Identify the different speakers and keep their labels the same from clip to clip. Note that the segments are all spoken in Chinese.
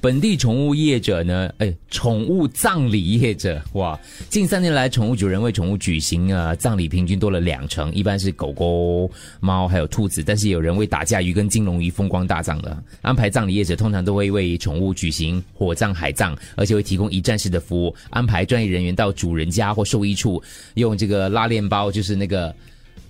Speaker 1: 本地宠物业者呢，哎，宠物葬礼业者哇，近三年来，宠物主人为宠物举行啊葬礼，平均多了两成，一般是狗狗、猫还有兔子，但是也有人为打架鱼跟金龙鱼风光大葬的。安排葬礼业者通常都会为宠物举行火葬、海葬，而且会提供一站式的服务，安排专业人员到主人家或兽医处，用这个拉链包，就是那个。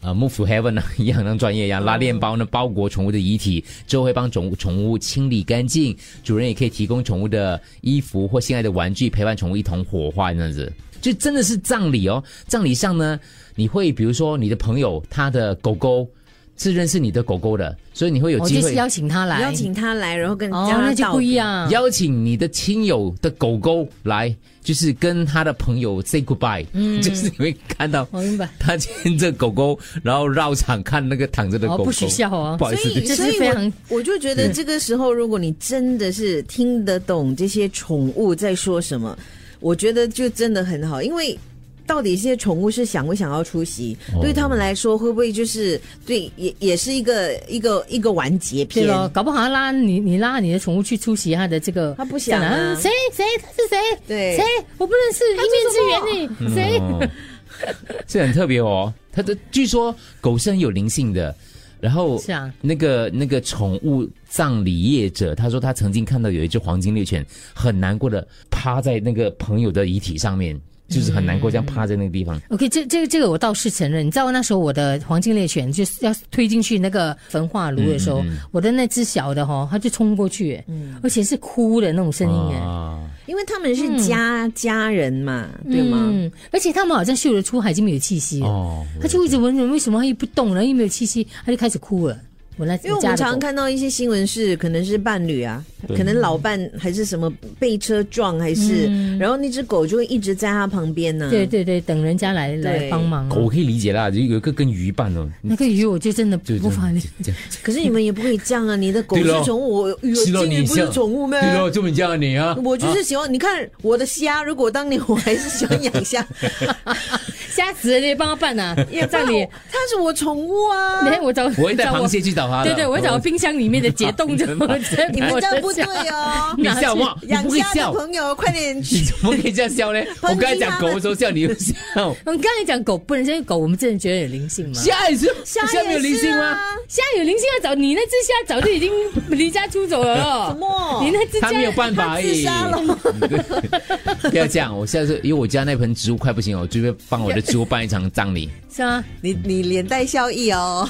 Speaker 1: 呃，Move to Heaven 呢， 一样那专业一
Speaker 2: 嗯
Speaker 1: 样，拉链包呢包裹宠物的遗体，之后会帮宠物宠物清理干净，主人也可以提供宠物的衣服或心爱的玩具，陪伴宠物一同火化这样子，就真的是葬礼哦。葬礼上呢，你会比如说你的朋友他的狗狗是认识你的狗狗的，所以你会有
Speaker 2: 我
Speaker 1: 机
Speaker 2: 就是嗯
Speaker 1: 会
Speaker 2: 哦邀请他来，
Speaker 3: 邀请他来，然后跟
Speaker 2: 哦，
Speaker 3: 叫
Speaker 2: 那
Speaker 3: 他
Speaker 2: 就
Speaker 3: 道
Speaker 2: 不一
Speaker 3: 别。
Speaker 2: 样。
Speaker 1: 邀请你的亲友的狗狗来，就是跟他的朋友 say goodbye，嗯， 就是你会看到
Speaker 2: 哦我明白，
Speaker 1: 他牵着狗狗，然后绕场看那个躺着的狗
Speaker 2: 哦
Speaker 1: 狗，
Speaker 2: 不许笑哦
Speaker 1: 不好意思
Speaker 3: 所，以，
Speaker 2: 这是
Speaker 3: 所以
Speaker 2: 非常
Speaker 3: 我我就觉得这个时候，如果你真的是听得懂这些宠物在说什么，我觉得就真的很好，因为。到底这些宠物是想不想要出席？
Speaker 1: 哦
Speaker 3: 对他们来说，会不会就是对也也是一个一个一个完结
Speaker 2: 对
Speaker 3: 篇？
Speaker 2: 了，搞不好他拉你，你拉你的宠物去出席他的这个，
Speaker 3: 他不想啊
Speaker 2: 谁谁他是谁？
Speaker 3: 对
Speaker 2: 谁我不认识，一面之缘呢？谁？
Speaker 1: 哦， 这很特别哦。它的据说狗是很有灵性的，然后
Speaker 2: 是啊
Speaker 1: 那个那个宠物葬礼业者，他说他曾经看到有一只黄金猎犬很难过的趴在那个朋友的遗体上面，就是很难过这样趴在那个地方。
Speaker 2: OK，这这个这个我倒是承认。你知道那时候我的黄金猎犬就是要推进去那个焚化炉的时
Speaker 1: 嗯
Speaker 2: 候，我的那只小的哈、哦，它就冲过去，
Speaker 3: 嗯
Speaker 2: 而且是哭的那种声音哎。
Speaker 1: 啊，
Speaker 3: 因为他们是家、家人嘛，对吗？
Speaker 2: 嗯，而且它们好像嗅得出海经没有气息了，
Speaker 1: 哦，
Speaker 2: 它就一直闻闻，为什么它又不动了，又没有气息，它就开始哭了。我那
Speaker 3: 因为我
Speaker 2: 家
Speaker 3: 们
Speaker 2: 的
Speaker 3: 常
Speaker 2: 狗
Speaker 3: 常看到一些新闻是，可能是伴侣啊，
Speaker 1: 对
Speaker 3: 可能老伴还是什么被车撞，还是、
Speaker 1: 嗯
Speaker 3: 然后那只狗就会一直在他旁边啊呢、
Speaker 2: 对对对，等人家来来
Speaker 3: 对
Speaker 2: 帮忙啊。
Speaker 1: 狗可以理解啦，就有一个跟鱼伴哦，
Speaker 2: 那个鱼我就真的
Speaker 1: 就
Speaker 2: 不
Speaker 1: 这
Speaker 2: 法
Speaker 1: 样
Speaker 2: 理。
Speaker 1: 这样。
Speaker 3: 可是你们也不可以这样啊！你的狗
Speaker 1: 对咯
Speaker 3: 是宠物，我我
Speaker 1: 是咯
Speaker 3: 金鱼
Speaker 1: 你
Speaker 3: 不是
Speaker 1: 像
Speaker 3: 宠物咩？
Speaker 1: 对咯，就你这样你啊，
Speaker 3: 我就是喜欢、你看我的虾，如果当年我还是喜欢养 虾，
Speaker 2: 吓死人！你帮他办 啊，
Speaker 3: 也不
Speaker 2: 葬 礼。
Speaker 3: 它是我宠物啊
Speaker 2: 你。看我找，
Speaker 1: 我会带
Speaker 2: 找
Speaker 1: 螃蟹去找他的。
Speaker 2: 对对，我找
Speaker 1: 我
Speaker 2: 冰箱里面的解冻的，我在
Speaker 3: 你们
Speaker 2: 我
Speaker 3: 这样
Speaker 2: 在
Speaker 3: 不对
Speaker 2: 想
Speaker 3: 哦！
Speaker 1: 你 笑吗？你
Speaker 3: 养
Speaker 1: 不可以
Speaker 3: 虾的
Speaker 1: 笑，
Speaker 3: 朋友，快点
Speaker 1: 你
Speaker 3: 去！
Speaker 1: 怎么可以这样笑呢？ 我刚才讲狗的时候笑，你又笑，
Speaker 2: 我刚才讲狗不能，因为狗我们真的觉得有灵性
Speaker 3: 啊
Speaker 2: 吗？
Speaker 1: 下一次
Speaker 3: 虾
Speaker 1: 下面有灵性
Speaker 3: 啊
Speaker 1: 吗？
Speaker 2: 虾有灵性要找你那只虾早就已经离家出走了咯。
Speaker 3: 什么
Speaker 2: 你那只
Speaker 1: 他
Speaker 2: 虾
Speaker 1: 没有办法而已。 不要这样，我下次因为我家那盆植物快不行了，我就会帮我的植物办一场葬礼。
Speaker 2: 是啊，
Speaker 3: 你你连带效益哦。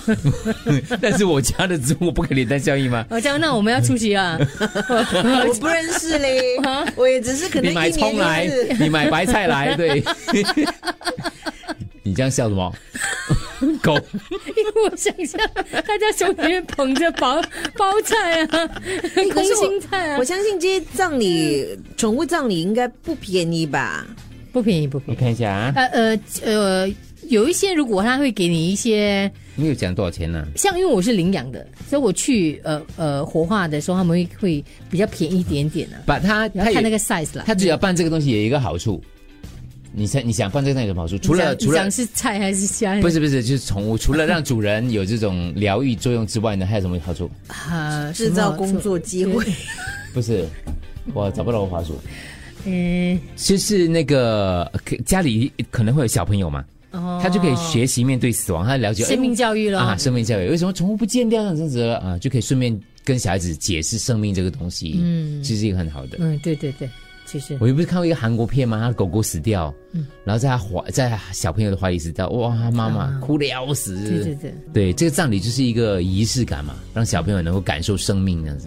Speaker 1: 但是我家的植物不可以连带效应吗？
Speaker 2: 哦我这样，那我们要出去 啊。
Speaker 3: 我不认识嘞，我也只是可能
Speaker 1: 你
Speaker 3: 一
Speaker 1: 买
Speaker 3: 年
Speaker 1: 葱来
Speaker 3: 一次，
Speaker 1: 你买白菜来，对。你这样笑什 么？狗
Speaker 2: 因为我想象他在手里面捧着包包菜啊，
Speaker 1: 哎
Speaker 2: 空
Speaker 3: 是我
Speaker 2: 心菜啊
Speaker 3: 我，相信这些葬礼，宠物葬礼应该不便宜吧？
Speaker 2: 不便宜不便宜。
Speaker 1: 看一下啊，
Speaker 2: 呃呃呃，有一些如果他会给你一些，
Speaker 1: 没有讲多少钱呢、
Speaker 2: 像因为我是领养的，所以我去呃呃活化的时候，他们会会比较便宜一点点啊，
Speaker 1: 把它
Speaker 2: 要
Speaker 1: 它
Speaker 2: 看那
Speaker 1: 也
Speaker 2: 个 size 啦。
Speaker 1: 它只要办这个东西有一个好处，你想你想办这个东西有什么好处？除了
Speaker 2: 你想
Speaker 1: 除
Speaker 2: 你
Speaker 1: 了
Speaker 2: 想是菜还是虾？
Speaker 1: 不是不是，就是宠物除了让主人有这种疗愈作用之外呢，还有什么好处？
Speaker 2: 啊，
Speaker 3: 制造工作机会，
Speaker 1: 不是，我找不到我滑鼠，
Speaker 2: 嗯，
Speaker 1: 就是那个可家里可能会有小朋友嘛，
Speaker 2: 哦
Speaker 1: 他就可以学习面对死亡，他了解
Speaker 2: 生命教育
Speaker 1: 哎
Speaker 2: 咯。
Speaker 1: 啊，生命教育为什么宠物不见掉这样子了啊，就可以顺便跟小孩子解释生命这个东西，嗯，其实一个很好的。
Speaker 2: 嗯，对对对，其实
Speaker 1: 我又不是看过一个韩国片吗？他的狗狗死掉，
Speaker 2: 嗯
Speaker 1: 然后在他怀在小朋友的怀里死掉，哇，他妈妈哭的要死。
Speaker 2: 啊对对对。
Speaker 1: 对，这个葬礼就是一个仪式感嘛，让小朋友能够感受生命这样子。